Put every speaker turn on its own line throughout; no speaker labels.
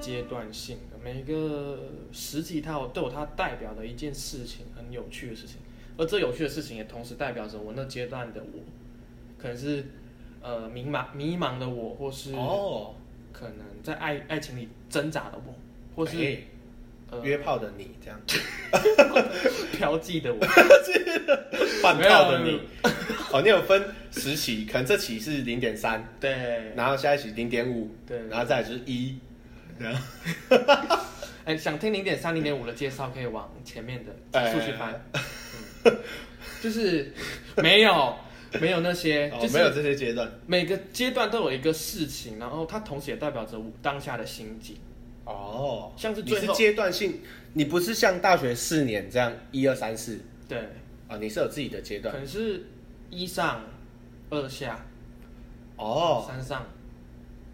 阶段性的，每个时期它有都有它代表的一件事情，很有趣的事情。而这有趣的事情也同时代表着我那阶段的我，可能是呃迷茫迷茫的我，或是
哦，
可能在爱爱情里挣扎的我，或是、
哎
呃
约炮的你 这样，
嫖妓 的我。
半炮的
没有啊
你，哦，你有分十期，可能这期是零点三，
对，
然后下一期零点五，
对
然后再来就是一，然后
哎，想听零点三、零点五的介绍，可以往前面的
哎
数去翻。 嗯就是没有没有那些，
哦
就
没有
是
这些阶段
每个阶段都有一个事情，然后它同时也代表着我当下的心境。
哦，
像是
你
最
是
后
阶段性，你不是像大学四年这样一二三四
对，
啊，你是有自己的阶
可
段
能是一上、二下、
哦。
三上、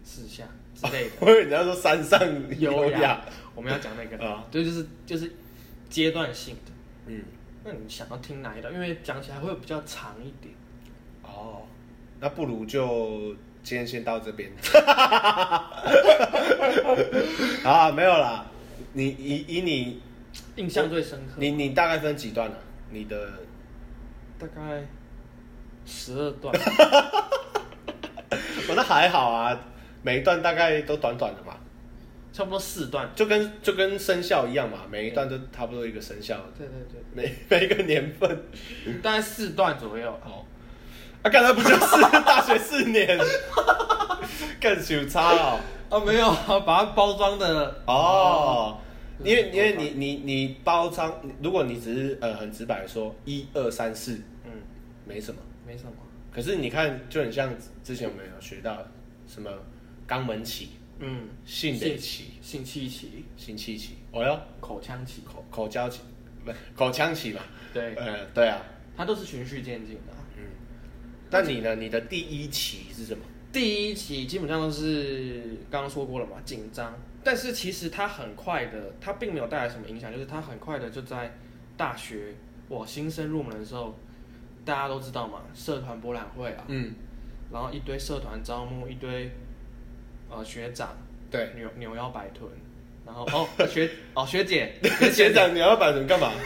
四下之类的。
我以为你要说山上
优
优
雅
雅，，
我们要讲那 个
啊，
对，就是就是阶段性的。
嗯，
那你想要听哪一段？因为讲起来会比较长一点。
哦，那不如就今天先到这 边。好啊，没有啦，你以以你
印象最深刻，
你你大概分几段呢、啊？你的
大概十二 段，
我、那还好啊，每一段大概都短短的嘛，
差不多四段。
就跟就跟生肖一样嘛，每一段都差不多一个生肖，
对对对
每每一个年份。
大概四段左右。
哦，啊，刚才不就是大学四年？ 更手差哦。
啊，没有，把它包装的
哦，因为
嗯
因为你你你包装，如果你只是呃很直白地说一二三四，
嗯，
没什么。
没什么。
可是你看，就很像之前我们有学到什么肛门期、
嗯，
性别期、
性气期、
性器期，哦哟，
口腔期，
口口交期，不口腔期嘛。
对，
呃，对啊，嗯
它都是循序渐进的啊。
那你呢？你的第一期是什么？
第一期基本上都是刚刚说过了嘛，紧张，但是其实它很快的，它并没有带来什么影响，就是它很快的就在大学我新生入门的时候，大家都知道嘛，社团博览会啊，
嗯，
然后一堆社团招募，一堆呃学长
对，
扭扭腰摆臀，然后哦学哦学姐学
学
姐
长，你要摆成干嘛？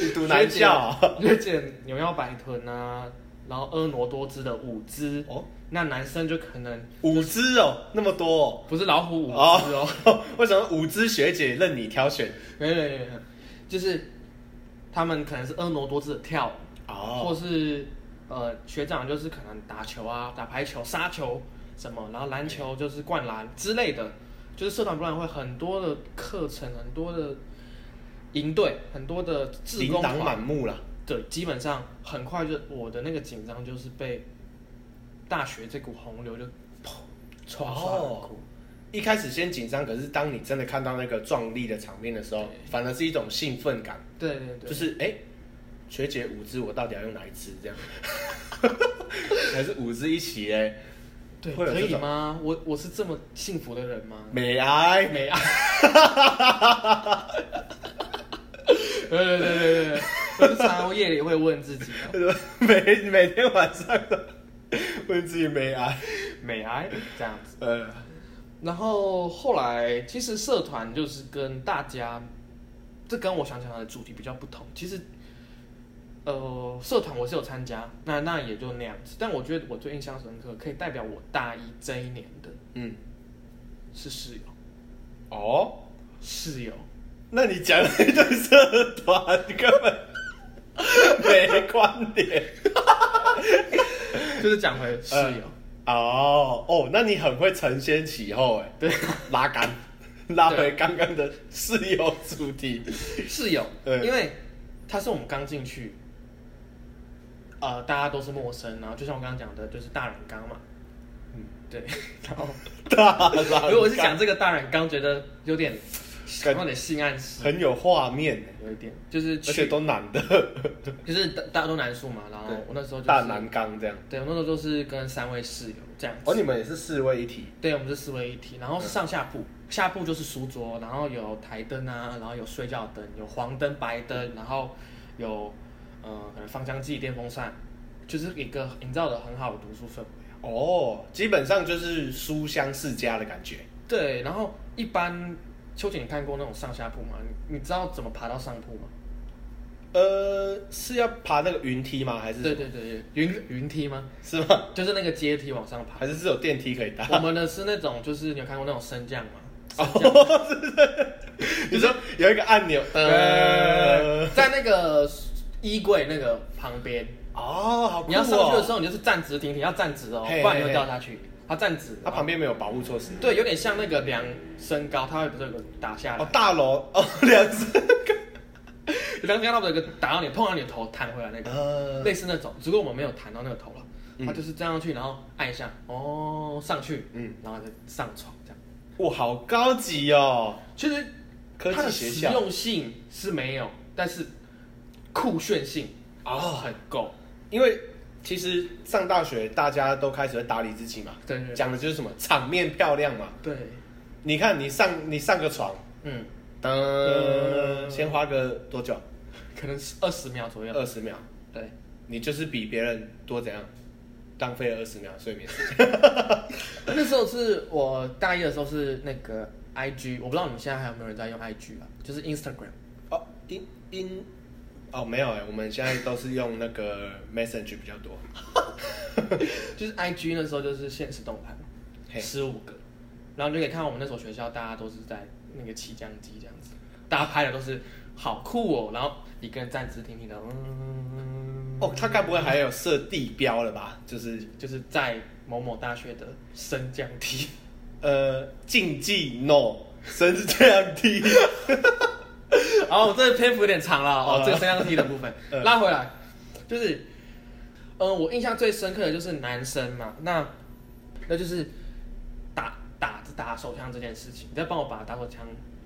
你读男校啊？
学姐扭腰摆臀啊，然后婀娜多姿的舞姿，
哦，
那男生就可能
五只哦，那么多哦。
不是老虎舞姿哦
哦， 为什么五只学姐任你挑选？
没有没有没有没有，就是他们可能是婀娜多姿的跳舞，或
哦，
是呃学长就是可能打球啊、打排球、杀球什么，然后篮球就是灌篮之类的，就是社团博览会很多的课程、很多的营队、很多的志
琳
工
琅满
团，
目啦。
对，基本上很快就我的那个紧张就是被大学这股洪流就砰冲刷了
哦一开始先紧张，可是当你真的看到那个壮丽的场面的时候
对，
反而是一种兴奋感，
对对对，
就是哎、学姐五只，我到底要用哪一只？这样，还是五只一起哎、
对，
会有
可
这
以
种
吗？我我是这么幸福的人吗？
美癌
没 啊。对对对对对，我就常常夜里会问自己，哦
每 每天晚上都问自己美癌，
美
啊
癌这样子。
呃，
然后后来，其实社团就是跟大家，这跟我想讲的主题比较不同。其实，呃，社团我是有参加，那那也就那样子。但我觉得我最印象深刻，可以代表我大一这一年的
嗯，
是室友，
哦，
室友。
那你讲了一堆社团，根本没关联。
就是讲回呃室友，
哦哦，那你很会承先启后哎，
对，
拉杆，拉回刚刚的室友主题。
室友，
嗯
因为他是我们刚进去，呃，大家都是陌生，然后就像我刚刚讲的，就是大染缸嘛，
嗯
对。然后，
大拉，
如果是讲这个大染缸，觉得有点有点性暗示，
很有画面，
有一点，就是
而且
去，
都男的，
就是大大家都男宿嘛，然后
对
哦我那时候就是
大男，缸这样。
对我那时候就是跟三位室友这样子，
哦，你们也嗯是四位一体。
对，我们是四位一体，然后是上下铺，下铺就是书桌，然后有台灯啊，然后有睡觉灯，有黄灯、白灯，然后有呃可能芳香剂、电风扇，就是一个营造的很好的读书氛围啊。
哦，基本上就是书香世家的感觉。
对，然后一般秋姐，你看过那种上下铺吗？你你知道怎么爬到上铺吗？
呃，是要爬那个云梯吗？还是
对对对，云云梯吗？
是吗？
就是那个阶梯往上爬。
还是是有电梯可以搭？
我们的是那种，就是你有看过那种升降吗？
哦，是是，你说有一个按钮，
呃
呃，，
在那个衣柜那个旁边，
哦，好酷哦！
你要上去的时候，你就是站直挺挺，要站直哦，
嘿
不然你会
嘿嘿
掉下去。它站直，
它旁边没有保护措施。
对，有点像那个量身高，它会不是有个打下来
哦，，大楼哦， 两只，
量身高它不是有个打到你，碰到你的头弹回来那个，
呃，
类似那种。只不过我们没有弹到那个头了，
嗯
它就是站上去，然后按一下，哦，上去，
嗯，
然后再上床这样。
哇，好高级哦，
其实
科
它
技
的
学
实
校
用性是没有，但是酷炫性
哦，
很够。
因为其实上大学大家都开始会打理自己嘛，
对对对
讲的就是什么场面漂亮嘛。
对，
你看你上你上个床，
嗯，
噔，先花个多久？
可能是二十秒左右。
二十秒，
对，
你就是比别人多怎样，浪费了二十秒睡 眠。
那时候是我大一的时候是那个 I G，我不知道你们现在还有没有人在用 I G 啊，就是 Instagram。
哦，因因哦没有哎，我们现在都是用那个 Message 比较多。
就是 IG 那时候就是现实动
嘿
态，十五个，然后你就可以看到我们那所学校大家都是在那个起降机这样子，大家拍的都是好酷哦，然后一个人站直挺挺的，嗯，
哦，他该不会还有设地标了吧？就是
就是在某某大学的升降梯，
呃，竞技 no 升降梯。
然后我这篇幅有点长了哦，
嗯
这个升降梯的部分
嗯
拉回来，就是，嗯、我印象最深刻的就是男生嘛，那那就是打打打手枪这件事情，你再帮我把打手枪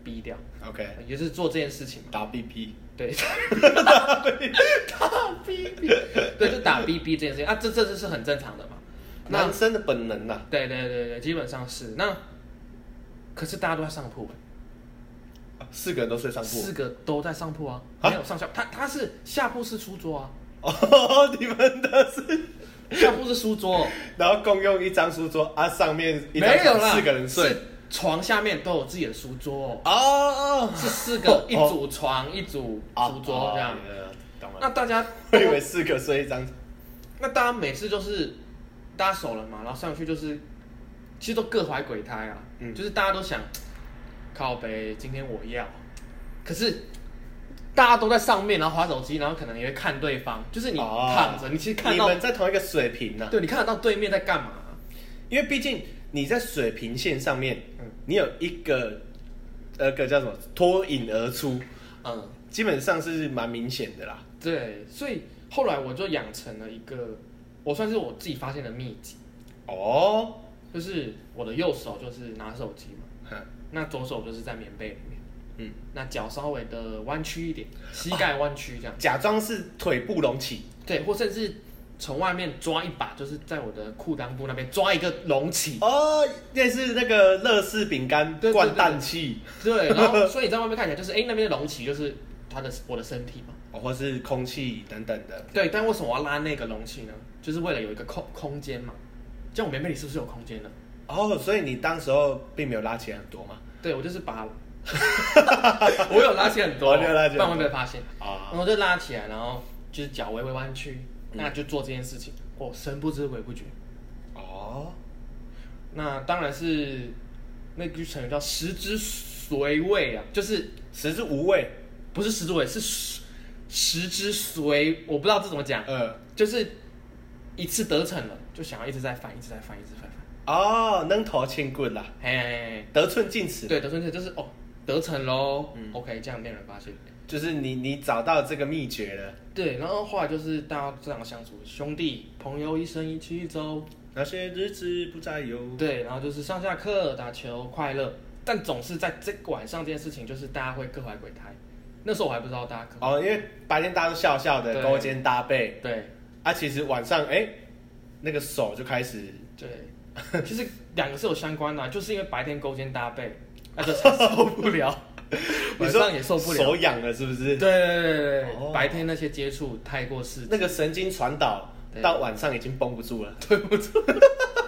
逼掉。
OK，
也就是做这件事情嘛，
打 BP。
对，打 B B，对，就打 B B 这件事情啊，这这这是很正常的嘛。那
男生的本能呐、啊，
对对对对，基本上是那，可是大家都在上铺，欸
四个人都睡上铺
四。个都在上铺啊，
啊
没有上下，他他是下铺是书桌 啊，
哦，你们的是，
下铺是书桌，
然后共用一张书桌啊，上面一
没
张
有
床
啦，
四个人睡
是。床下面都有自己的书桌，
哦哦，
是四个
哦
一组床一组书桌这样
哦，哦懂了。
那大家
我以为四个睡一张，
那大家每次就是搭手了嘛，然后上去就是，其实都各怀鬼胎啊，
嗯
就是大家都想靠北，今天我要，可是大家都在上面，然后划手机，然后可能也会看对方，就是你
哦
躺着，你其实看
你
到，
们在同一个水平呐、
对，你看得到对面在干嘛、
因为毕竟你在水平线上面，
嗯
你有一个那个叫什么脱颖而出，
嗯，
基本上是蛮明显的啦。
对，所以后来我就养成了一个，我算是我自己发现的秘籍，
哦，
就是我的右手就是拿手机嘛，
哼
那左手就是在棉被里面。
嗯，
那脚稍微的弯曲一点，膝盖弯曲这样。
假装是腿部隆起，
对，或甚至从外面抓一把，就是在我的裤裆部那边抓一个隆起，
哦，类似那个乐事饼干
对对
灌氮气，
对，然后所以你在外面看起来就是，哎、那边的隆起就是他的我的身体嘛，
哦或是空气等等的。
对，但为什么我要拉那个隆起呢？就是为了有一个空空间嘛，这样我棉被里是不是有空间呢？
哦，所以你当时候并没有拉起来很多嘛？
对，我就是把， 我有拉起很多，
哦你有拉起
不
很多
然会被发现，然
啊，
后我就拉起来，然后就是脚微微弯曲，
嗯
那就做这件事情，我、神不知鬼不觉，
哦，
那当然是那句成语叫食之随味啊，就是
食之无味。
不是食之无味，是食食之随，我不知道这怎么讲，
呃，
就是一次得逞了，就想要一直在翻，一直在翻，一直在翻，
哦，扔头轻棍啦，
嘿嘿嘿
得寸进
嘿
尺。
对，得寸进尺就是哦，得逞喽、o
嗯
k 这样没有人发现。
就是你你找到这个秘诀了，
对，然后后来就是大家这样相处，兄弟朋友一生一起走，
那些日子不再有。
对，然后就是上下课打球快乐，但总是在这晚上这件事情，就是大家会各怀鬼胎。那时候我还不知道大家可
哦，因为白天大家都笑笑的
对
勾肩搭背，
对，
啊，其实晚上哎、那个手就开始
对，其实两个是有相关的啊、就是因为白天勾肩搭 背，那就受不了，晚上也受不了。
手痒了是不
对
是？
对对对对，
哦
白天那些接触太过刺激，
那个神经传导
对
到晚上已经绷不住了，
对不住。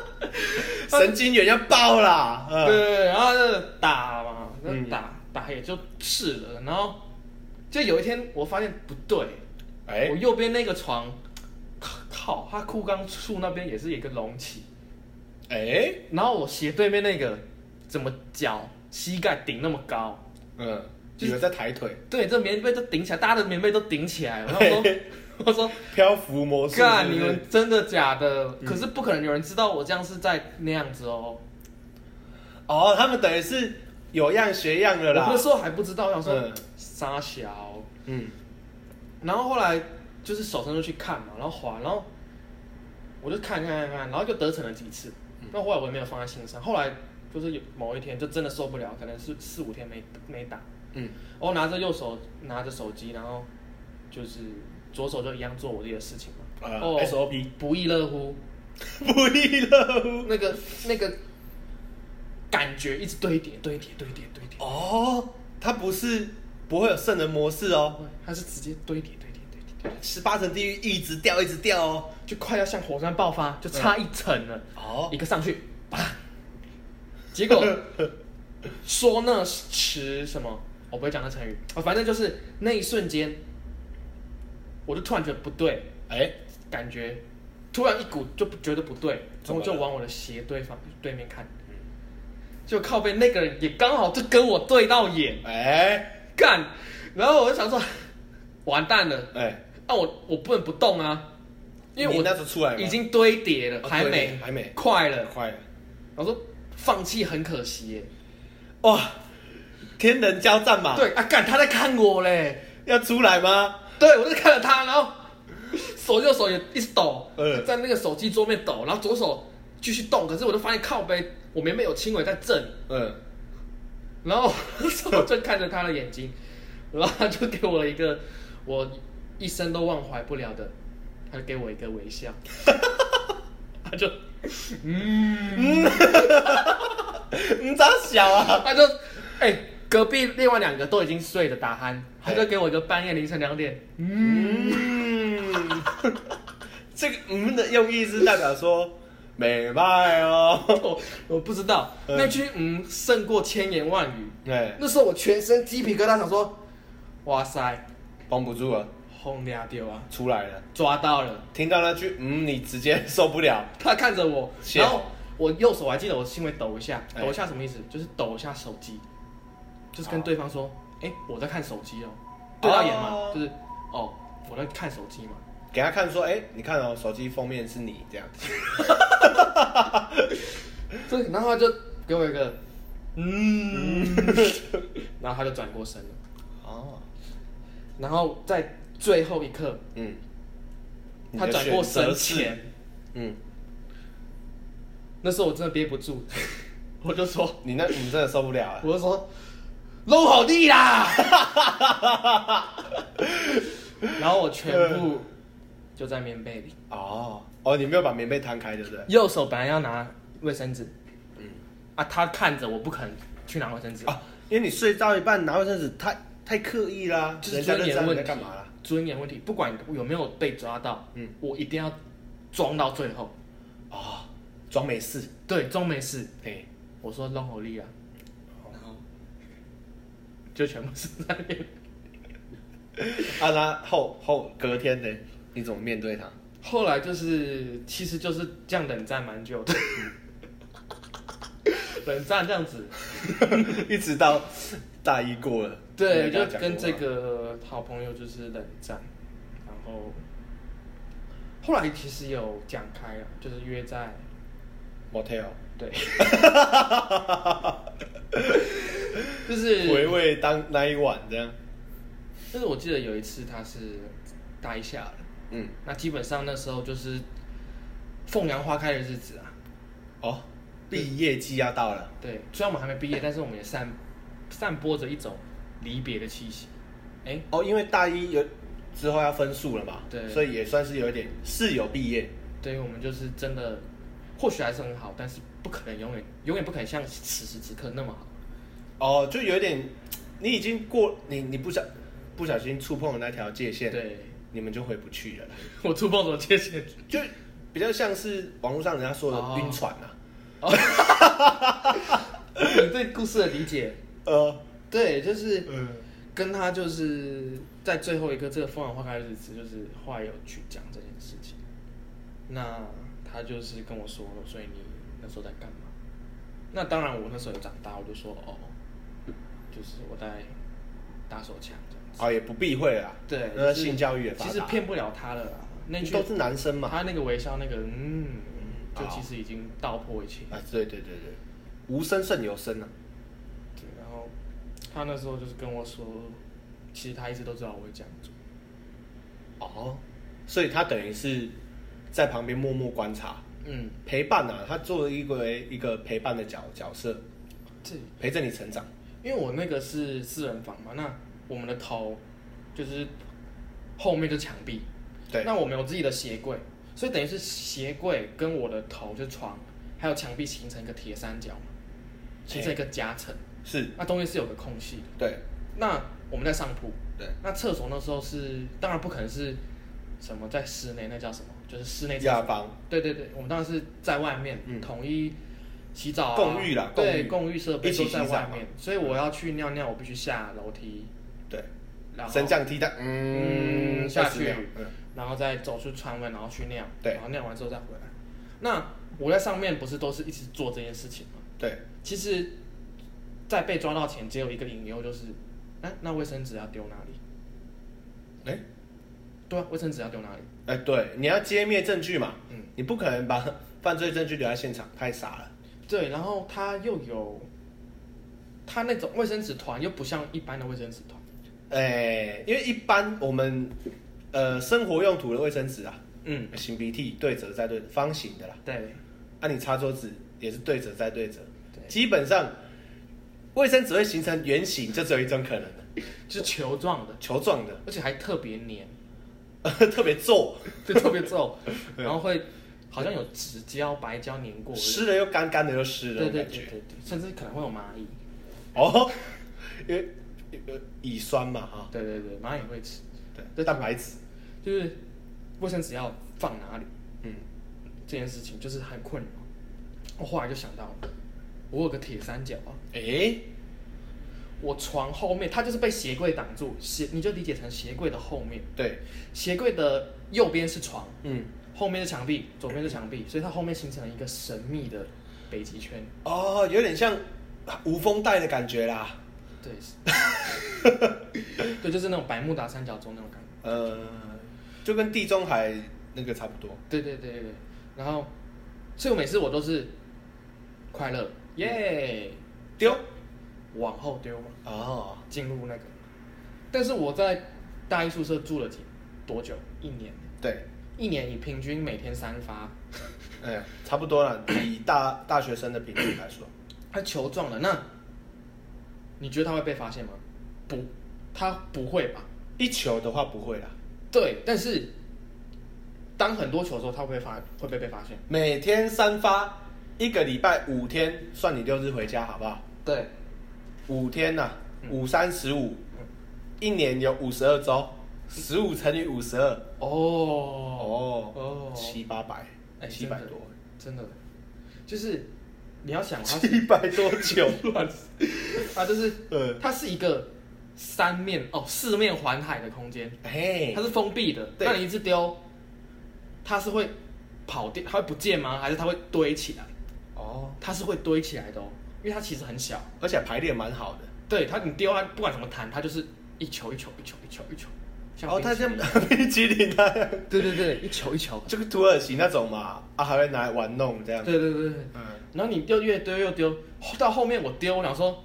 神经元要爆啦！
对
嗯
对对，然后就打嘛，那
嗯
打、打也就试了，然后就有一天我发现不对，
哎
我，右边那个床，靠，它枯干处那边也是一个隆起，
哎，
然后我斜对面那个怎么脚膝盖顶那么高？
嗯，
就是
以为在抬腿，
对，这棉被都顶起来，大家的棉被都顶起来了。然后我说， 我说，
漂浮魔术，
干，
是不
你
是
们真的假的？
嗯
可是不可能有人知道我这样是在那样子哦。
哦，他们等于是有样学样
我
的啦。
那时候还不知道，我想说
嗯
傻小。
嗯，
然后后来就是手伸出去看嘛，然后滑，然后我就看看看看，然后就得逞了几次。那后来我也没有放在心上。后来就是有某一天就真的受不了，可能是四五天没没打，
嗯，
我拿着右手拿着手机，然后就是左手就一样做我自己的事情嘛。
呃
哦
，SOP
不亦乐乎，
不亦乐乎。
那个那个感觉一直堆叠堆叠堆叠堆叠，
哦，它不是不会有圣人模式哦，
它是直接堆叠堆叠堆叠堆叠，
十八层地狱一直掉一直掉哦。
就快要像火山爆发，就差一层了。
哦
一，个上去，啪！结果说那时什么，我不会讲那成语啊，反正就是那一瞬间，我就突然觉得不对，
哎，
感觉突然一股就不觉得不对，然后我
怎
就
么了
往我的斜对方对面看，就靠背那个人也刚好就跟我对到眼，
哎，
干！然后我就想说，完蛋了，
哎，
那、我我不能不动啊，因为
你
我
那时候出来吗
已经堆叠了，
哦
还
对
没
还没
快了。
快了，
我说放弃很可惜耶。
哇，天人交战嘛，，
对啊，干他在看我嘞，
要出来吗？
对我就看着他，然后手右手也一直抖，
嗯
在那个手机桌面抖，然后左手继续动，可是我就发现靠背我明明有轻微在震，
嗯，
然后 我就看着他的眼睛，然后他就给我了一个我一生都忘怀不了的，他就给我一个微笑，他就
你咋小啊？
他就哎、隔壁另外两个都已经睡了打鼾，他就给我一个半夜凌晨两点，
嗯，这个嗯的用意是代表说美 败哦，
我我不知道，
嗯
那句嗯胜过千言万语。
哎，
那时候我全身鸡皮疙瘩，想说，哇塞，
绷不住了，
轰俩丢啊，
出来了。
抓到了！
听到那句嗯，你直接受不了，
他看着我，
谢
然后我右手我还记得我轻微抖一下，
哎
抖一下什么意思？就是抖一下手机，就是跟
哦
对方说，哎、我在看手机哦，对到眼嘛
哦，
就是哦我在看手机嘛，
给他看说，哎、你看哦，手机封面是你这样，
对，然后他就给我一个，嗯， 然后他就转过身了，
哦，
然后在最后一刻，
嗯，
他转过身前，
嗯，
那时候我真的憋不 住，我就说，
你那你真的受不了啊了，
我就说，弄好地啦！ 然后我全部就在棉被里，
哦哦，你没有把棉被摊开，对不对？
右手本来要拿卫生纸，
嗯，
啊，他看着我不肯去拿卫生纸，
啊，因为你睡到一半拿卫生纸太太刻意啦，
就是
人家
尊
就知
严
道你
问
在
题
干嘛啦？
尊严问题，不管有没有被抓到，
嗯，
我一定要装到最后。
哦，装没事，
对，装没事，
哎、
我说弄好力啊，
哦
然后就全部是在那边。
啊，那后后隔天呢，你怎么面对他？
后来就是，其实就是这样冷战蛮 久的，冷战这样子，
一直到大一过了，
对，
你
就
有跟
跟
他
这
讲过吗啊
个好朋友就是冷战，然后后来其实有讲开了，就是约在
motel
对，就是
回味当那一晚这样，
就是我记得有一次他是待下了，
嗯，
那基本上那时候就是凤阳花开的日子啊。
哦，毕业季要到了。
对，虽然我们还没毕业，但是我们也散 散播着一种离别的气息。哎、
哦，因为大一有之后要分数了嘛，
对
所以也算是有一点是有毕业，
对于我们就是真的，或许还是很好，但是不可能永远永远不可能像此时此刻那么好。
哦，就有一点你已经过你你不小不小心触碰了那条界限，，
对，
你们就回不去了啦，
我触碰什么界限？
就比较像是网络上人家说
哦
的晕船啊，
你对故事的理解，
呃，
对，就是
嗯，
跟他就是在最后一个这个凤凰花开的日子，就是后来有去讲这件事情。那他就是跟我说，所以你那时候在干嘛？那当然，我那时候也长大，我就说哦，就是我在打手枪这样子。
啊，也不避讳啦。
对，
那
就是
性教育也发达
其实骗不了他了啦。那句
都是男生嘛。
他那个微笑那个嗯，就
好
其实已经道破一切。
啊，对对对对，无声胜有声啊。
对，然后他那时候就是跟我说，其实他一直都知道我会这样做。
哦，所以他等于是在旁边默默观察、
嗯，
陪伴啊，他做了一个一个陪伴的角角色，
这
陪着你成长。
因为我那个是四人房嘛，那我们的头就是后面就墙壁，
对，
那我们有自己的鞋柜，所以等于是鞋柜跟我的头就床还有墙壁形成一个铁三角嘛，形成一个夹层，
是，
那中间是有个空隙的。
对
那我们在上铺，
对，
那厕所那时候是当然不可能是什么在室内，那叫什么？就是室内厕所
亚方
对对对，我们当然是在外面、
嗯
统一洗澡、啊、
共浴啦
对，
共
共浴设备
一起
都
洗
在
澡
外
嘛
面，所以我要去尿尿，我必须下楼梯，
对，
然后
升降梯的，嗯，
嗯下
20秒
去
嗯，
然后再走出窗门，然后去尿，
对
然后尿完之后再回来。那我在上面不是都是一直做这件事情吗？
对，
其实，在被抓到前，只有一个隐忧，就是，哎、那卫生纸要丢哪里？
哎、
对啊，卫生纸要丢哪里？
哎、对，你要歼灭证据嘛，
嗯，
你不可能把犯罪证据留在现场，太傻了。
对，然后它又有，它那种卫生纸团又不像一般的卫生纸团，
哎、因为一般我们呃生活用途的卫生纸啊，
嗯，
擤鼻涕对折再对折，方形的啦，
对，
啊，你擦桌子也是对折再对折，
对
基本上卫生纸会形成圆形，就只有一种可能了，
就是球状的，
球状的，
而且还特别黏，
特别皱，
就特别皱，
对
然后会好像有纸胶、白胶粘过，
湿了又干干的又湿
对
了
对对
的感
对
觉。
对，甚至可能会有蚂蚁，
哦， 因为呃乙酸嘛哈，
对对对，蚂蚁会吃，
对，蛋白质，
就是卫生纸要放哪里
嗯，
这件事情就是很困扰。我后来就想到，我有个铁三角啊，
诶，
我床后面它就是被鞋柜挡住，鞋你就理解成鞋柜的后面，
对，
鞋柜的右边是床，
嗯，
后面是墙壁，左边是墙壁，所以它后面形成了一个神秘的北极圈。
哦，有点像无风带的感觉啦，
对，对，就是那种百慕达三角洲那种感觉。
呃，就跟地中海那个差不多，
对对对对对。然后，所以我每次我都是快乐耶
丢，
往后丢嘛，
哦，
进入那个。但是我在大一宿舍住了几多久？一年，
对，
一年你平均每天三发，
哎、差不多啦，以大大学生的平均来说，
它球状的，那你觉得它会被发现吗？不，它不会吧？
一球的话不会啦，
对，但是当很多球的时候，它会被发会被被发现。
每天三发，一个礼拜五天，算你六日回家好不好？
对，
五天呐、
嗯
五三十五
嗯，
一年有五十二周，十五乘以五十二，
哦
哦
哦，
七八百，
哎
七百多，
真的，就是你要想它是
七百多 球，
乱， 它就是
嗯，
它是一个三面哦四面环海的空间，
嘿
它，是封闭的。
对
那你一直丢，它是会跑掉，它会不见吗？还是它会堆起来？
哦，
它是会堆起来的哦，因为它其实很小。
而且排列蛮好的。
对它，你丢它不管怎么弹，它就是一球一球一球一球一球，像
哦，它
冰淇
像
淋
冰淇淋那样，
对对对，一球一球，
就跟土耳其那种嘛，啊，还会拿来玩弄这样。
对对对对。
嗯，
然后你丢越丢越丢，后到后面我丢，我想说，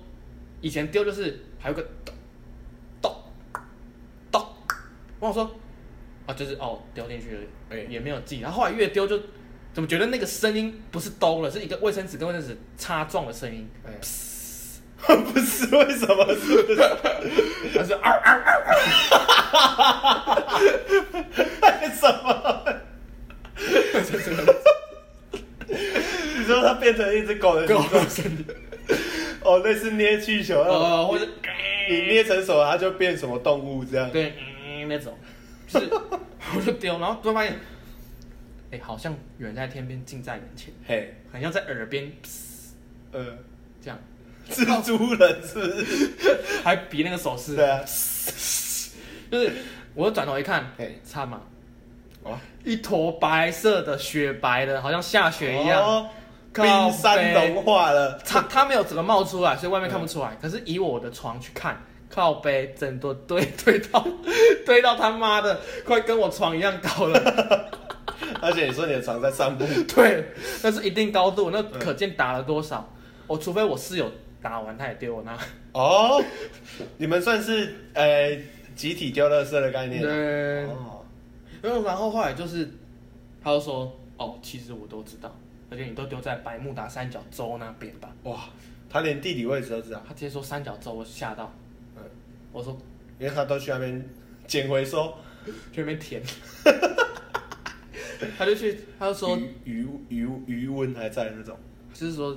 以前丢就是还有个咚咚咚，我想说啊，就是哦丢进去了，
哎
也没有记。然后后来越丢就怎么觉得那个声音不是咚了，是一个卫生纸跟卫生纸擦撞的声音，
哎 不是为什么？是不是
它是嗷嗷嗷，
为什么？你说它变成一只狗的形
跟
状
我声音，
哦，类似捏气球，
呃，或者
你捏成手，它就变什么动物这样？
对、嗯、那种，就是我就丢，然后突然发现哎，好像远在天边，近在眼前，
嘿，
很像在耳边哦
呃，
这样，
蜘蛛人是不是？
还比那个手势，
对啊，
就是我转头一看，哎
嘿，
差嘛，
哦，
一坨白色的雪白的，好像下雪一样，
哦，
靠
冰山嗯
北
融化了，
它它没有整个冒出来，所以外面看不出来。可是以我的床去看，靠背整座堆 堆到堆到他妈的快跟我床一样高 了。
而且你说你的床在上部，
对，那是一定高度，那
嗯
可见打了多少。我、除非我室友打完他也丢我那。
哦，你们算是呃集体丢垃圾的概念，
对，
哦，
然后然后后来就是，他就说哦，其实我都知道，而且你都丢在百慕达三角洲那边吧。
哇，他连地理位置都知道，
他直接说三角洲，我吓到。
嗯
我说
因为他都去那边捡回收
去那边 填，他就去，他就说，
余余余余温还在那种，
就是说，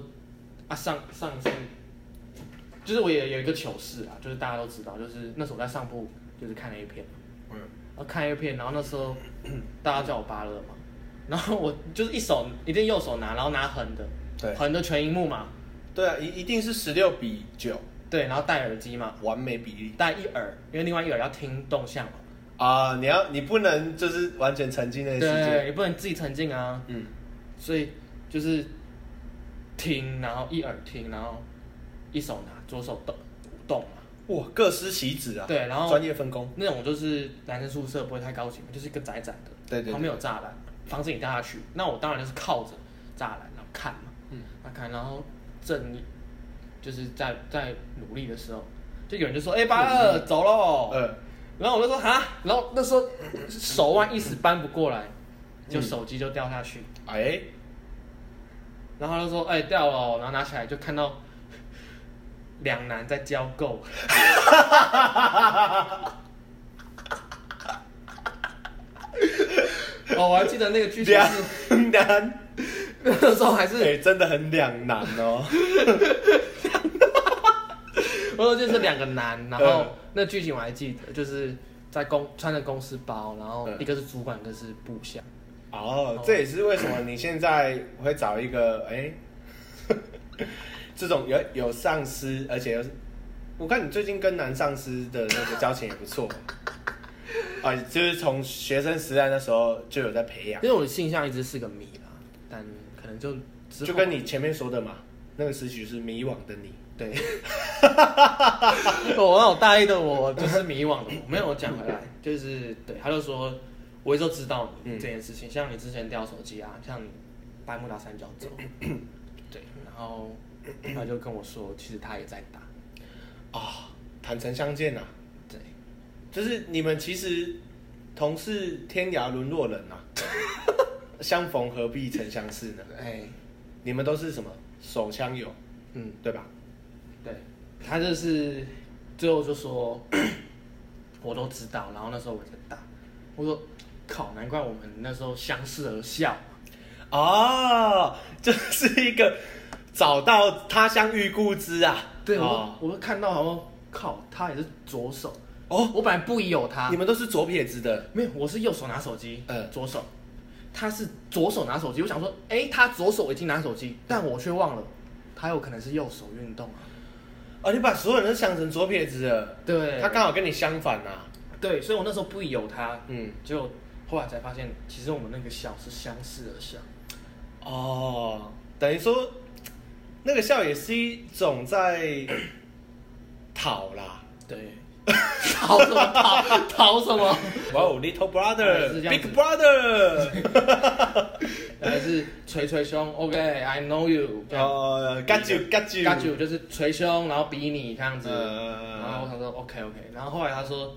啊上上次，就是我也有一个糗事啊，就是大家都知道，就是那时候我在上铺，就是看 A 片，
嗯，
然后看 A 片，然后那时 候大家叫我芭乐嘛，然后我就是一手一定右手拿，然后拿横的，
对
横的全荧幕嘛，
对啊，一一定是十六比九，
对，然后戴耳机嘛，
完美比例
戴一耳，因为另外一耳要听动向嘛，
啊、你要你不能就是完全沉浸那个世
对，
界，
你不能自己沉浸啊，
嗯，
所以就是听，然后一耳听，然后一手拿，左手动动嘛。
哇，各司其职啊，
对然后
专业分工，
那种就是男生宿舍不会太高级嘛，就是一个窄窄的，
对对对
旁边有栅栏，防止你掉下去。那我当然就是靠着栅栏然后看嘛，
嗯，
那看然后正就是在在努力的时候，就有人就说：“哎、八二走喽。
呃，
然后我就说：“哈。”然后那时候手腕一时搬不过来，就手机就掉下去。
哎，
然后他就说：“哎、掉了哦、然后拿起来就看到两男在交媾， 哦，我还记得那个剧情
两
是
难，
那个时候还
哎、
是，
真的很两难哦，
我说就是两个男，然后
嗯
那剧情我还记得，就是在公穿着公司包，然后
嗯
一个是主管，一个是部下，
哦，这也是为什么你现在会找一个哎、 这种有有上司，而且又是，我看你最近跟男上司的那个交情也不错， 啊，就是从学生时代那时候就有在培养
因，为我的性向一直是个谜啦，但可能就之后
就跟你前面说的嘛，那个时期是迷惘的你，
对， 我那我大意的我就是迷惘的我，没有我讲回 来，就是对，他就说，我一直都知道你
嗯
这件事情，像你之前掉手机啊，像你百慕达三角 洲，对，然后他就跟我说，其实他也在打，
啊、坦诚相见呐、啊
对，
就是你们其实同是天涯沦落人呐、啊 相逢何必曾相识呢？
哎，
你们都是什么手枪友，
嗯，
对吧？
对，他就是最后就说， 我都知道，然后那时候我在打，我说靠，难怪我们那时候相视而笑，
哦，就是一个找到他乡遇故知啊。
对，我就、
哦，
我就看到，好像靠，他也是左手。
哦
我本来不疑有他
你，们都是左撇子的，
没有，我是右手拿手机，
嗯
左手，他是左手拿手机。我想说，哎、他左手已经拿手机，但我却忘了，他有可能是右手运动啊。
哦，你把所有人都想成左撇子了，
对，
他刚好跟你相反啊。
对，所以我那时候不疑有他，
嗯，
结果后来才发现，其实我们那个笑是相似而笑。
哦，等于说那个笑也是一种在讨 啦。
对， 逃什么逃？逃什么？
哇哦，Little
是这
Brother，Big
样子
Brother，
还是捶捶胸？OK，I、know you，这样。
哦，Got you，Got
Got
you，
you 就是捶胸，然后比你这样子。
呃
然后我想说 OK OK，然后后来他说，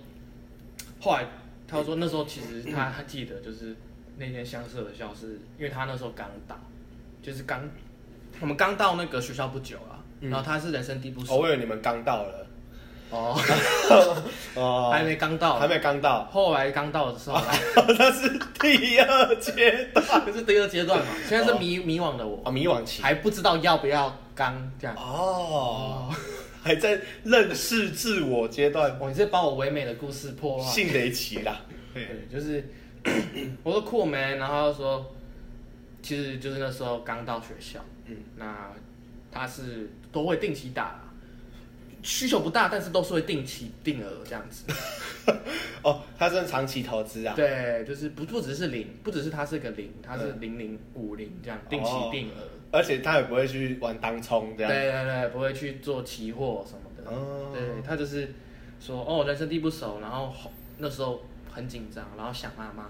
后来他说那时候其实他他记得就是那天相识的笑是，因为他那时候刚到，就是刚我们刚到那个学校不久啊，
嗯
然后他是人生地不熟
哦，我以为你们刚到了，
哦，
哦，
还没刚到，
还没刚到，
后来刚到的时候，
那是第二阶段
这是第二阶段嘛，现在是迷哦迷惘的我，
啊，迷惘期
还不知道要不要刚这样。
哦，还在认识自我阶段，
哦，你是把我唯美的故事破坏。
性雷期啦。
对，就是我说酷 man，然后他就说其实就是那时候刚到学校，
嗯，
那他是都会定期打啦，需求不大，但是都是会定期定额这样子。
哦，他是长期投资啊，
对，就是不不只是零，不只是它是个零，它是
嗯
零零五零这样定期
哦
定额。
而且他也不会去玩当冲这
对
样。
对对，不会去做期货什么的。
哦，
对他就是说哦，人生地不熟，然后吼那时候很紧张，然后想妈妈，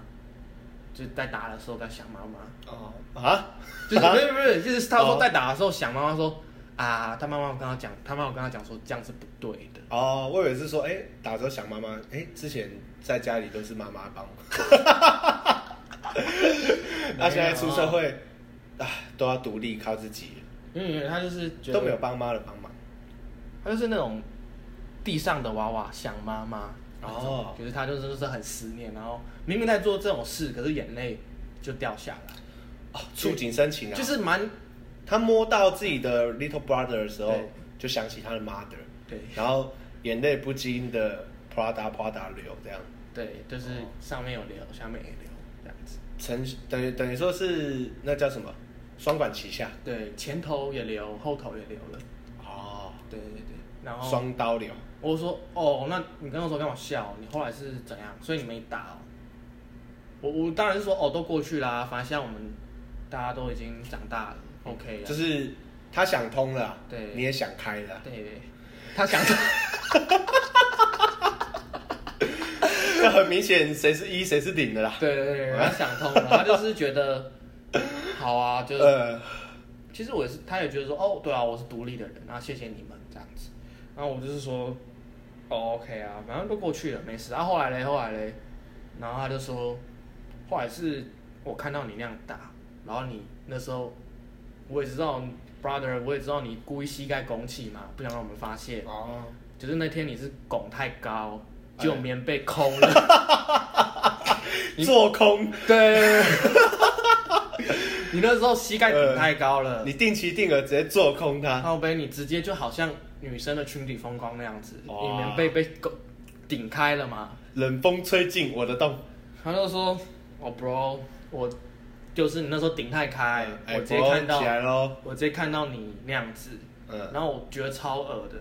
就是在打的时候在想妈妈，
哦啊，
就是
啊
不是不是，就是他说
哦
在打的时候想妈妈说啊，他妈妈跟他讲，他妈妈跟他讲说这样是不对的，
哦，我以为是说，哎、打时候想妈妈，哎、之前在家里都是妈妈帮我， 那、现在出社会，啊，都要独立靠自己，
嗯，他就是觉得
都没有，帮妈的帮忙。
他就是那种地上的娃娃想妈妈，
哦
就是他就是就是很思念，然后明明在做这种事，可是眼泪就掉下来，
哦，触景生情啊，
就
就是
是蛮
他摸到自己的 little brother 的时候
对，
就想起他的 mother，
对。
然后眼泪不禁的 prada prada 流，这样
对，就是上面有流，下面也流，这样子。
成等于等于说是那叫什么，双管齐下。
对，前头也流，后头也流了。
哦，
对对对。然后
双刀流。
我说哦，那你刚刚说干嘛笑？你后来是怎样？所以你没打哦。我我当然是说哦，都过去啦，反正现在我们大家都已经长大了，OK 啊。
就是是他想通了啊，
对
你也想开了啊，
对，他想
那 很明显谁是一谁是零的啦。
对对对，他想通了，他就是觉得好啊，就是
呃，
其实我也是，他也觉得说，哦，对啊，我是独立的人，啊，谢谢你们这样子。然后我就是说，哦，OK 啊，反正都过去了，没事。啊，后来嘞，后来嘞，然后他就说，后来是我看到你那样打，然后你那时候，我也知道，brother，我也知道你故意膝盖拱起嘛，不想让我们发现，
哦，
就是那天你是拱太高，
哎
结果棉被空了，
做空，
对。 你那时候膝盖拱太高了，
你定期定额直接做空它。
靠背，你直接就好像女生的裙底风光那样子，
哇
你棉被被狗顶开了嘛？
冷风吹进我的洞，
他就说：“哦，bro，我就是你那时候顶太开，哎我直接
脖
看到
哎起，来喽。
我直接看到你那样子，
嗯，
然后我觉得超恶的。”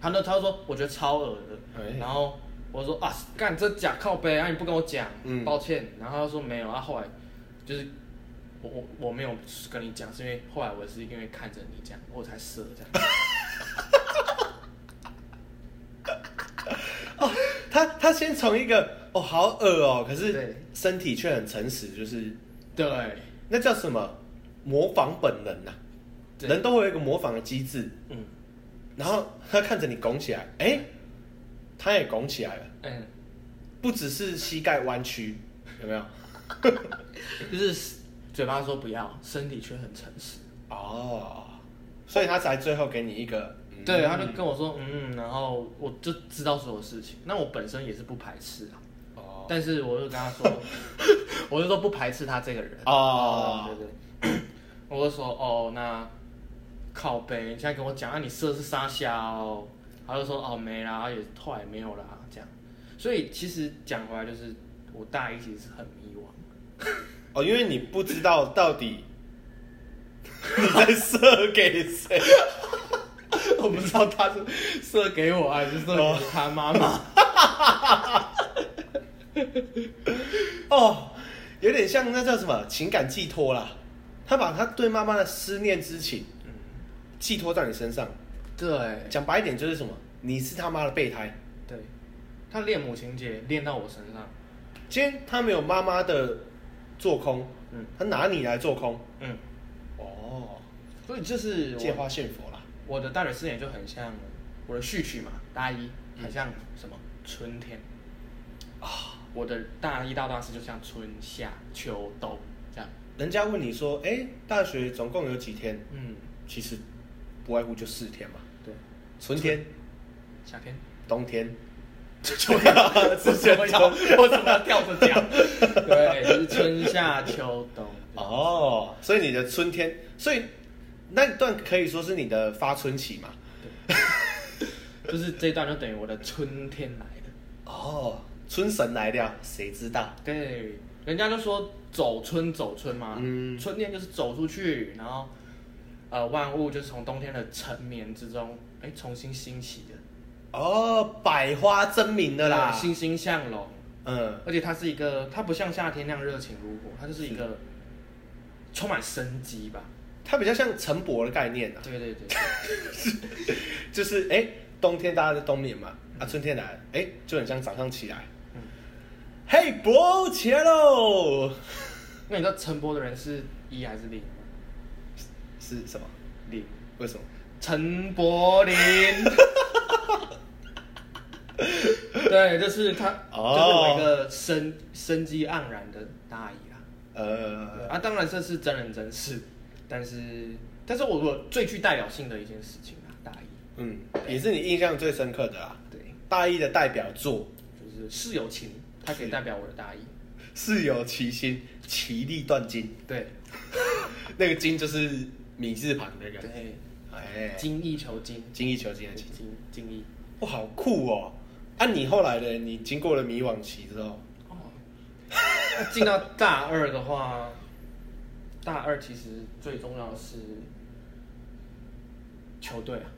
他那他就说我觉得超恶的，
哎
然后我说啊，干这假靠背啊，你不跟我讲，
嗯
抱歉。然后他说没有，啊，后来就是我我我没有跟你讲，是因为后来我是因为看着你这样，我才射这样。
他他先从一个哦好恶哦，可
对
是身体却很诚实，就是
对，
那叫什么模仿本能呐、
对
人都会有一个模仿的机制。
嗯
然后他看着你拱起来，哎、他也拱起来了，
嗯，
不只是膝盖弯曲，有没有？
就是嘴巴说不要，身体却很诚实。
哦，所以他才最后给你一个，嗯
对，他就跟我说嗯，然后我就知道所有事情。那我本身也是不排斥啊，
哦
但是我就跟他说， 我就说不排斥他这个人。
哦
对对对， 我就说哦，那靠背，你现在跟我讲，那、啊、你射是沙虾哦。他就说哦没啦，也后来没有啦，这样。所以其实讲回来，就是我大一其实是很迷惘。
哦，因为你不知道到底 你在射给谁，
我不知道他是射给我还是射给他妈妈。
哦，有点像那叫什么情感寄托啦，他把他对妈妈的思念之情寄托在你身上，
对
讲白一点就是什么，你是他妈的备胎。
对，他恋母情节恋到我身上。
今天他没有妈妈的做空，
嗯
他拿你来做空，
嗯，
哦，啊
所以就是
借
我
花献佛啦。
我的大学四年就很像我的序曲嘛，大一很像什么春天啊，我的大一到大四就像春夏秋冬这样。
人家问你说，哎、大学总共有几天？
嗯，
其实不外乎就四天嘛，
对，
春天、
夏天。
冬 天。
这就要
这就要
我怎么要跳着讲？ 对，就是春夏秋冬。
哦，所以你的春天，所以那一段可以说是你的发春期嘛。
就是这一段就等于我的春天来了。
哦，春神来了，谁知道？
对，人家就说走春走春嘛，
嗯
春天就是走出去，然后呃万物就是从冬天的沉眠之中，哎、重新兴起的，
哦，百花争鸣的啦
对，欣欣向荣。
嗯，
而且它是一个，它不像夏天那样热情如火，它就是一个充满生机吧。
它比较像晨勃的概念啊，
对对 对，
就是哎、冬天大家在冬眠嘛，啊，春天来了，哎、就很像早上起来
嗯，
嘿，勃起来喽，
那你知道陈波的人是一还是零吗？
是什么？
零，
为什么？
陈柏 霖。对，就是他，
哦
就是有一个生生机盎然的大姨啦。
呃，
啊，当然这是真人真事，但是，但是我我最具代表性的一件事情啊，大姨，
嗯，也是你印象最深刻的啦。
对，
大一的代表作
就是室友情，它可以代表我的大姨。
是有其心，其利断金，
对
那个金就是米字旁那个，
对，
哎，
精益求精，
精益求精的精，
精精益。
哇，好酷哦！啊，你后来呢？你经过了迷惘期之后，
哦，那 进到大二的话，大二其实最重要的是球队啊，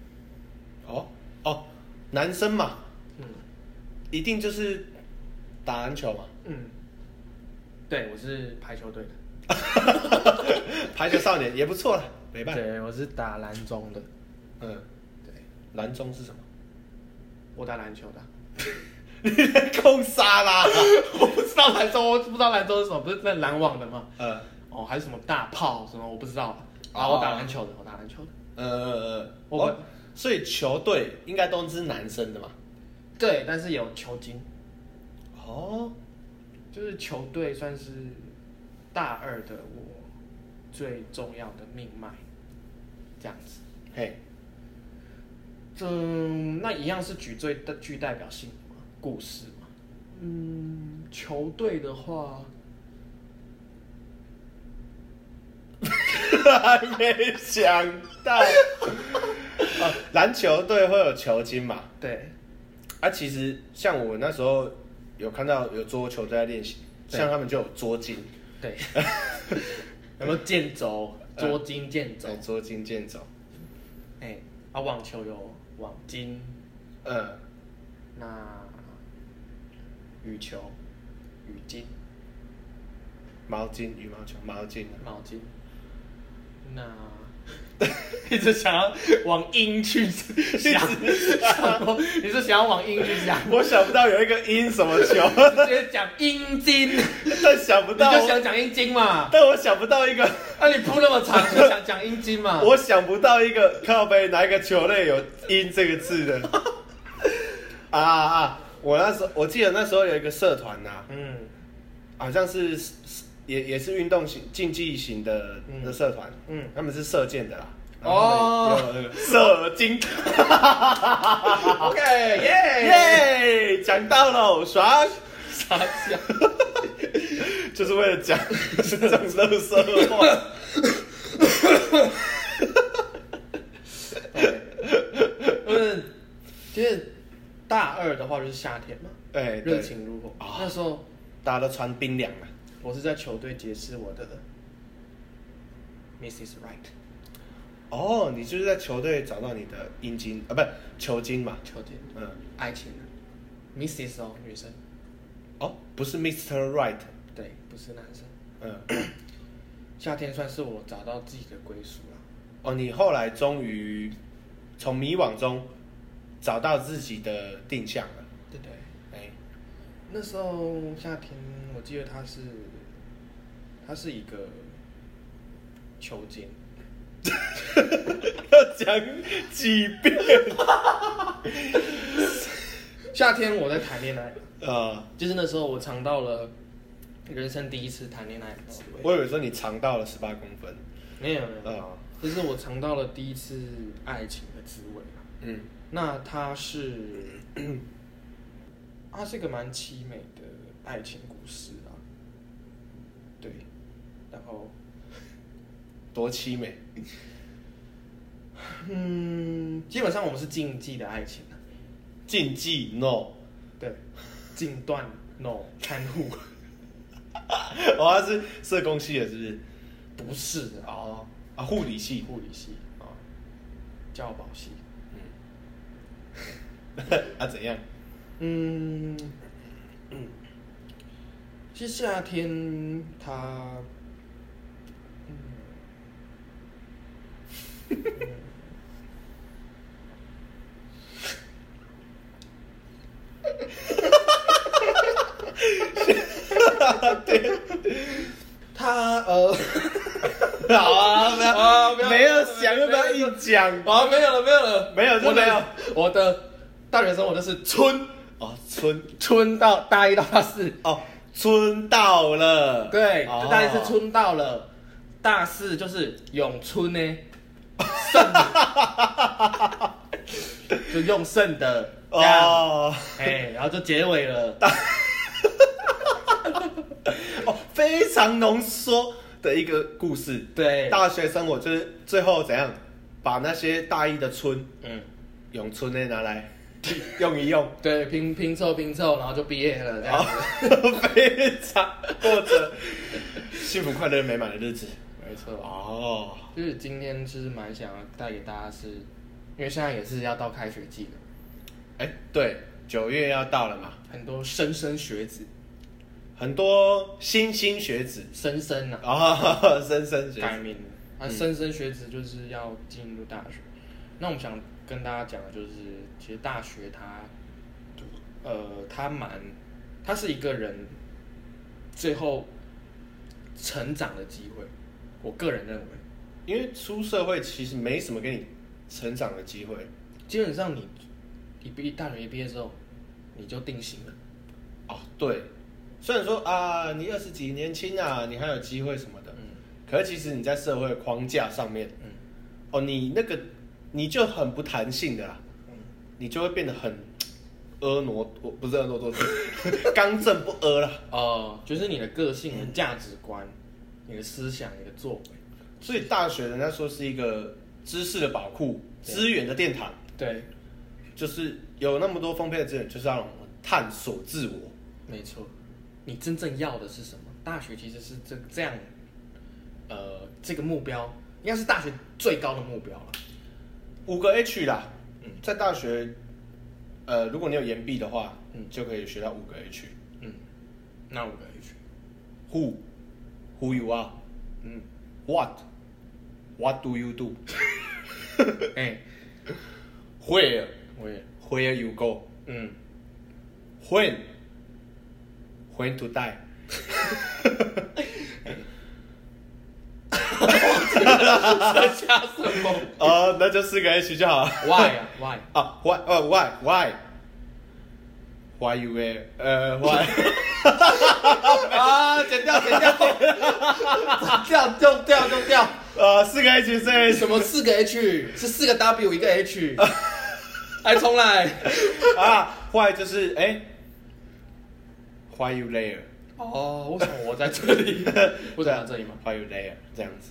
哦哦，男生嘛，
嗯
一定就是打篮球 嘛，
嗯，对我是排球队的，
排球少年也不错啦，没办法。
对我是打篮中的，
嗯，
对
篮中是什么？
我打篮球的啊。
你在 空杀 啦？
我不知道兰州，我不知道兰州是什么，不是那篮网的吗？
呃
哦，还是什么大炮什么，我不知道。
哦
啊，我打篮球的，我打篮球的。
呃呃，
我
哦，所以球队应该都是男生的嘛？
对，但是有球精，
哦，
就是球队算是大二的我最重要的命脉，这样子。
嘿，
这那一样是举最具代表性的嘛故事嘛。嗯，球队的话，
还没想 到。哦篮球队会有球精嘛？
对，
啊，其实像我那时候有看到有桌球队在练习，
对
像他们就有桌精，
对，有没有剑轴、捉襟见肘
有？桌精健走。
哎、啊，网球有网巾，
嗯，
那羽球、羽巾、
毛巾、羽毛球、毛巾啊，
毛巾，那 一直想要往阴去想，想说你是想要往阴去想，
我想不到有一个音什么球，
直 接讲阴茎，你
但想不到，
就想讲阴茎嘛？
但我想不到一个，
那、你铺那么长，就想讲阴茎嘛？
我想不到一个靠背哪一个球类有“音”这个字的。 啊啊啊！我那时候我记得那时候有一个社团呐、
嗯
好像是是也也是运动型竞技型的
嗯
的社团，
嗯，
他们是射箭的啦。
哦
然后他们有，有射精，
，OK，耶、
耶，讲到了，爽，
傻笑，
就是为了讲 这种乐色话。
嗯，其实大二的话就是夏天嘛。
哎，对
热，情如火。
啊
那时候
大家都穿冰凉了。
我是在球队结识我的 Mrs. Right
哦，你就是在球队找到你的阴茎啊，不是球精嘛？
球队
嗯，
爱情的 Mrs. 哦，女生，
哦，不是 Mr. Right，
对，不是男生。
嗯，
夏天算是我找到自己的归属了。
哦，你后来终于从迷惘中找到自己的定向了。
对对，
哎，
那时候夏天，我记得他是他是一个球精，
要讲几遍？
夏天我在谈恋爱，
啊，
就是那时候我尝到了人生第一次谈恋爱的滋味。
我以为说你长到了十八公分。
没有没有，
啊，
这是我尝到了第一次爱情的滋味啊。
嗯，
那它是，它是一个蛮凄美的爱情故事啊。对，然后，
多凄美。
嗯，基本上我们是竞技的爱情啊。
禁忌 No，
对，禁断 no 看护。
我要是社工系的，是不是？
不是的
哦，啊，护理系，
护理系啊，教保系。
啊，怎样？
嗯，嗯，其实夏天它，嗯，它呃，
好啊，不要，
啊不要
没有想要不要
没有
硬讲？
啊，没有了，没有了，
没有
我
真没有
的我的大学生活就是春
哦，春
春到大一到大四，
哦，春到了，
对，
哦
就大一是春到了，大四就是咏春呢，剩 的就用剩的这样，
哦
哎，然后就结尾了，
哦，非常浓缩的一个故事。
对，
大学生活就是最后怎样，把那些大一的春
嗯，
咏春呢 拿来用一用，
对，拼拼凑拼凑，然后就毕业了，这样
哦
子，
非常过着幸福快乐美满的日子。
没错。
哦，
就是今天其实蛮想要带给大家是，因为现在也是要到开学季了，
哎，对，九月要到了嘛，
很多莘莘学子，
很多新兴学子
莘莘 呐，
啊，莘莘学
改
子，
名，啊，
嗯
莘莘学子就是要进入大学。那我们想跟大家讲的就是，其实大学它，呃，它蛮，它是一个人最后成长的机会。我个人认为，
因为出社会其实没什么给你成长的机会
基本上你一毕大学一毕业之后，你就定型了。
哦。对，虽然说啊，你二十几年轻啊，你还有机会什么的，
嗯，
可是其实你在社会框架上面，
嗯
哦，你那个你就很不弹性的啦，啊
嗯
你就会变得很婀娜多，不是婀娜 多姿，刚正不阿啦。
哦、就是你的个性、你的价值观、你的思想、你的作为。
所以大学人家说是一个知识的宝库，
对
资源的殿堂，
对，
就是有那么多丰沛的资源，就是让我们探索自我。
没错，你真正要的是什么？大学其实是这这样，呃，这个目标应该是大学最高的目标了。
五个 H 啦
嗯，
在大学，呃，如果你有延毕的话，
嗯
就可以学到五个 H。
嗯，那五个 H，
Who, who you are,
嗯，
what, what do you do,
哎、
where,
我 也，
where you go,
嗯，
when, when to die。
在加什么
呃，那就四个 H 就好了。
？Why 啊？Why？
啊，why 呃 why why why you wear 呃 why
啊，剪掉，剪掉， 掉掉掉掉掉，
呃四个 H 四个 H
什么四个 H 是四个 W 一个 H，来重来。
啊 why 就是哎 why you layer
哦，为什么我在这里？ 为什么在这里吗？
why you layer 这样子。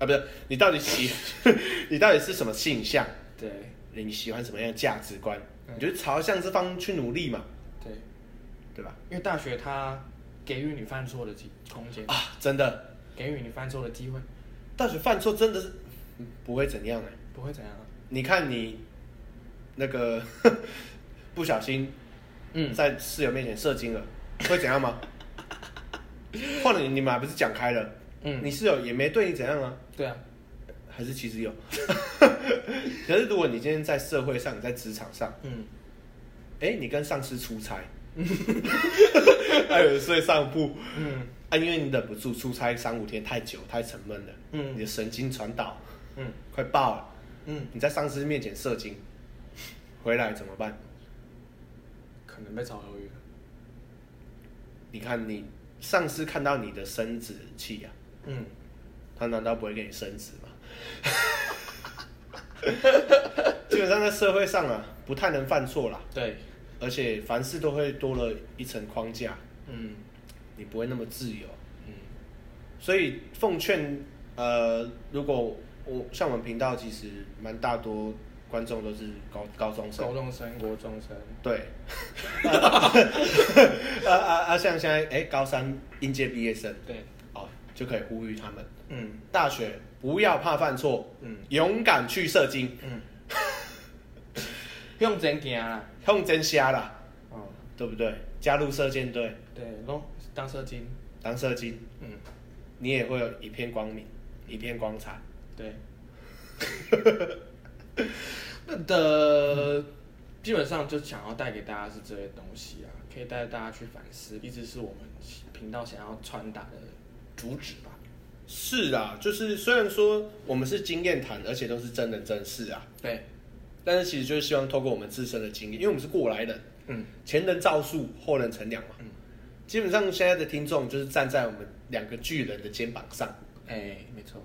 啊，不是你到底喜， 你到底是什么性向，
对，
你喜欢什么样的价值观，
嗯
你就朝向这方面去努力嘛，
对，
对吧？
因为大学它给予你犯错的机空间，
啊，真的，
给予你犯错的机会，
大学犯错真的是嗯不会怎样哎、
不会怎样啊。
你看你那个 不小心
嗯，
在室友面前射精了，会怎样吗？或者你们还不是讲开了？
嗯
你室友也没对你怎样啊？
对啊，
还是其实有？ 可是如果你今天在社会上，你在职场上，
嗯，
哎、你跟上司出差，哎还有人睡上铺，
嗯，
啊，因为你忍不住出差三五天太久太沉闷了，
嗯
你的神经传导
嗯，
快爆了，
嗯，
你在上司面前射精，回来怎么办？
可能被炒鱿鱼了。
你看你上司看到你的升职器啊，
嗯，
他难道不会给你升职吗？ 基本上在社会上啊，不太能犯错啦，
对，
而且凡事都会多了一层框架，
嗯
你不会那么自由。
嗯
所以奉劝，呃，如果我像我们频道其实蛮大多观众都是高高中生
高，中生、国中生，
对，啊啊啊！像现在哎、高三应届毕业生
对，
哦，就可以呼吁他们，
嗯
大学不要怕犯错，
嗯
勇敢去射精，
嗯，不 用真惊啦，
碰真瞎啦，
哦，
对不对？加入射箭队
对，拢当射精，
当射精，
嗯，
你也会有一片光明，一片光彩。
对， 那的基本上就想要带给大家是这些东西啊，可以带大家去反思，一直是我们频道想要传达的主旨吧。
是啊，就是虽然说我们是经验谈，而且都是真人真事啊，
对，
但是其实就是希望透过我们自身的经验，因为我们是过来人，
嗯，
前人造树，后人乘凉嘛。
嗯
基本上现在的听众就是站在我们两个巨人的肩膀上，
哎、没错，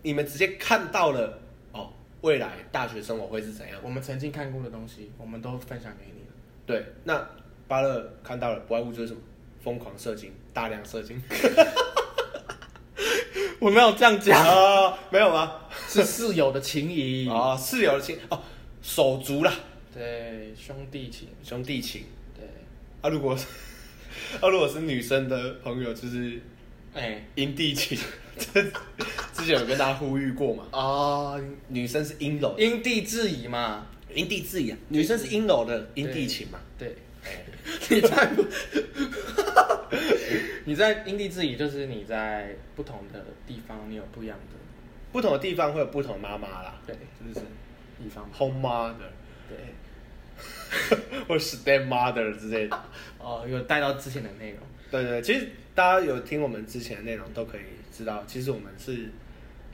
你们直接看到了哦，未来大学生活会是怎样？
我们曾经看过的东西，我们都分享给你了。
对，那巴勒看到了，不外乎就是什么疯狂射精，大量射精
我没有这样
啊、，没有吗？
是室友的情谊，
啊、室友的情哦，手足啦，
对，兄弟情，
兄弟情
对，
啊。如果是啊，如果是女生的朋友，就是
哎、
阴地情，这之前有跟大家呼吁过嘛？
哦，
女生是阴柔的，
因地制宜嘛，
阴地自己啊，女生是阴柔的阴地情嘛。
对，
哎
你在， 你在因地制宜，就是你在不同的地方，你有不一样的
不同的地方会有不同的妈妈啦，
对
就是
地方，
home mother
对，
或 step mother 之类的。
哦，有带到之前的内容，
对对，对其实大家有听我们之前的内容都可以知道，其实我们是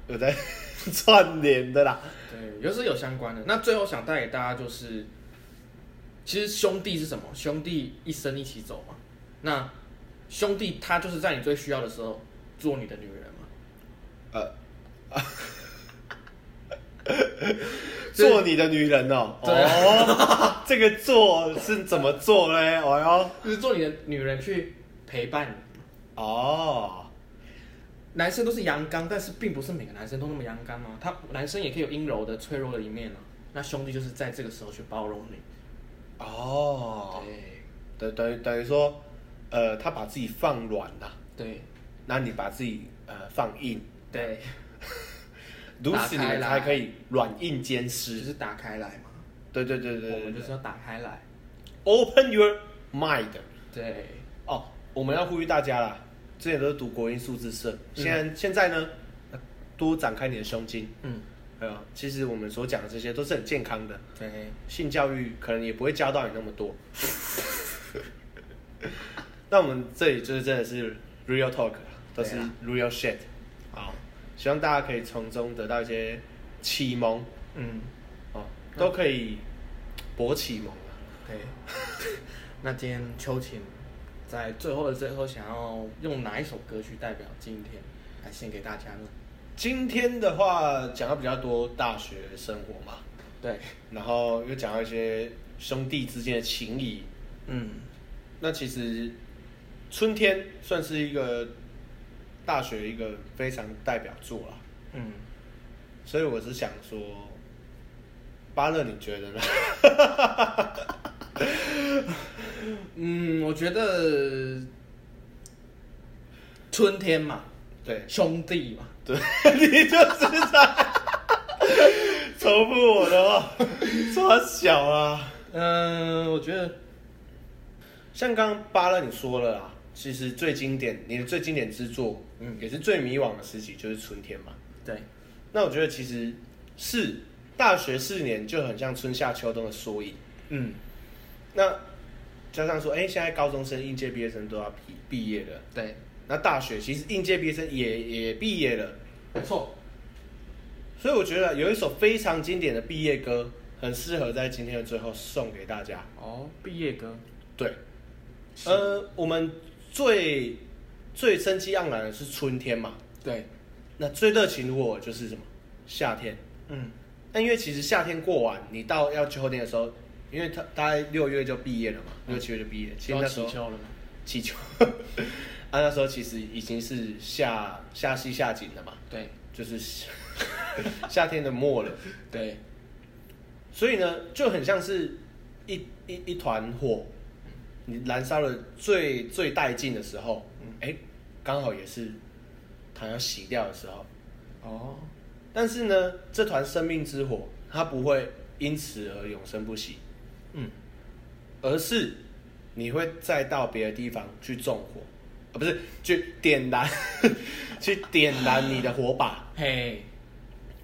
有在 串联的啦。
对，有是有相关的。那最后想带给大家就是，其实兄弟是什么？兄弟一生一起走嘛。那兄弟他就是在你最需要的时候做你的女人嘛。
呃，做你的女人哦，
对
哦，这个做是怎么做嘞？哦哟，
就是做你的女人去陪伴你。
哦，
男生都是阳刚，但是并不是每个男生都那么阳刚啊。他男生也可以有阴柔的、脆弱的一面啊。那兄弟就是在这个时候去包容你。
哦，等等于等于说，呃，他把自己放软了、
对
那你把自己呃放硬，
对，
如此你
打开
们
来
才可以软硬兼
就
施。
是打开来嘛。
对对对对
我
对
们
对
就是要打开来。
，Open your mind。
对，
哦，我们要呼吁大家啦，之前都是读国音数字社，现在、现在呢，呃多展开你的胸襟。
嗯，
还有，其实我们所讲的这些都是很健康的，
对，
性教育可能也不会教到你那么多。 那我们这里就是真的是 real talk，都是
对啊
real shit。好，希望大家可以从中得到一些启蒙
嗯。
哦，都可以博启蒙啊。
对， 那今天秋晴在最后的最后，想要用哪一首歌去代表今天来献给大家呢？
今天的话讲到比较多大学生活嘛，
对，
然后又讲到一些兄弟之间的情谊。
嗯，
那其实春天算是一个大学一个非常代表作啦，
嗯，
所以我是想说，巴勒你觉得呢？
嗯，我觉得春天嘛，
对，
兄弟嘛，
你就是在重复我的话， 说小啊。
嗯、我觉得
像刚刚巴勒你说了啦，其实最经典，你的最经典之作，
嗯，
嗯也是最迷惘的时期就是春天嘛。
对，
那我觉得其实是大学四年就很像春夏秋冬的缩影。
嗯，
那加上说，哎、现在高中生、应届毕业生都要毕毕业了，
对，
那大学其实应届毕业生也也毕业了，
没错，
所以我觉得有一首非常经典的毕业歌，很适合在今天的最后送给大家。
哦，毕业歌，
呃对，呃，我们最最生机盎然的是春天嘛，
对，
那最热情如火就是什么？夏天。
嗯，
但因为其实夏天过完，你到要秋天的时候，因为他大概六月就毕业了嘛，
嗯
六七月就毕业，
就
其实
要
那时
起
候
秋了嘛，
气球， 啊，那时候其实已经是夏夏季夏景了嘛，
对
就是 夏天的末了，
对，
所以呢，就很像是一一一团火，你燃烧的最最带劲的时候，哎、刚好也是它要熄掉的时候，
哦，
但是呢，这团生命之火，它不会因此而永生不息，
嗯，
而是你会再到别的地方去纵火，啊，不是去点燃， 去点燃你的火把。
嘿，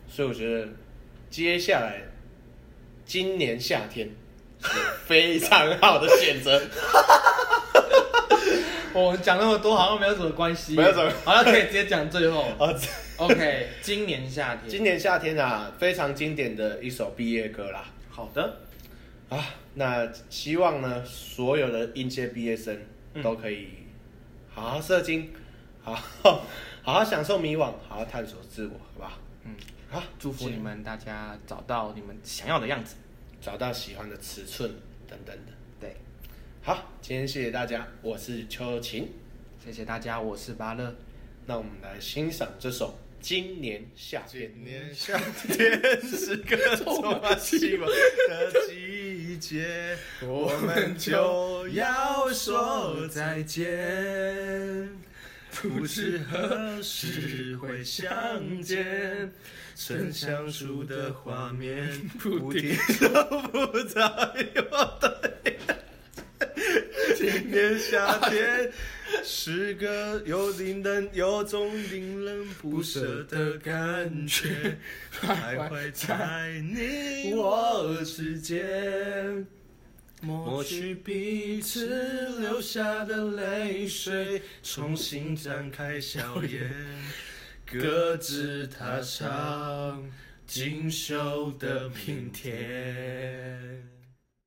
所以我觉得接下来今年夏天是非常好的 选择。
我哦讲那么多好像没有什么关系，
没有什么
好像可以直接讲最 后
哦，
，OK，今年夏天，
今年夏天啊，非常经典的一首毕业歌啦。
好的，
啊，那希望呢，所有的应届毕业生
嗯
都可以好好射精，好好 好好享受迷惘，好好探索自我，好不好？啊
嗯，
好，
祝福你们大家找到你们想要的样子，
找到喜欢的尺寸等等的。
对，
好，今天谢谢大家，我是秋晴，
谢谢大家，我是巴乐，
那我们来欣赏这首《今年夏天》。
今年夏天是个充满希望的季节，我们就要说再见。不知何时会相见，曾相处的画面不停重复在我的眼前。今年夏天是个有令人有种令人不舍的感觉，徘徊在你我之间。抹去彼此留下的泪水，重新展开笑颜，各自踏上锦绣的明天。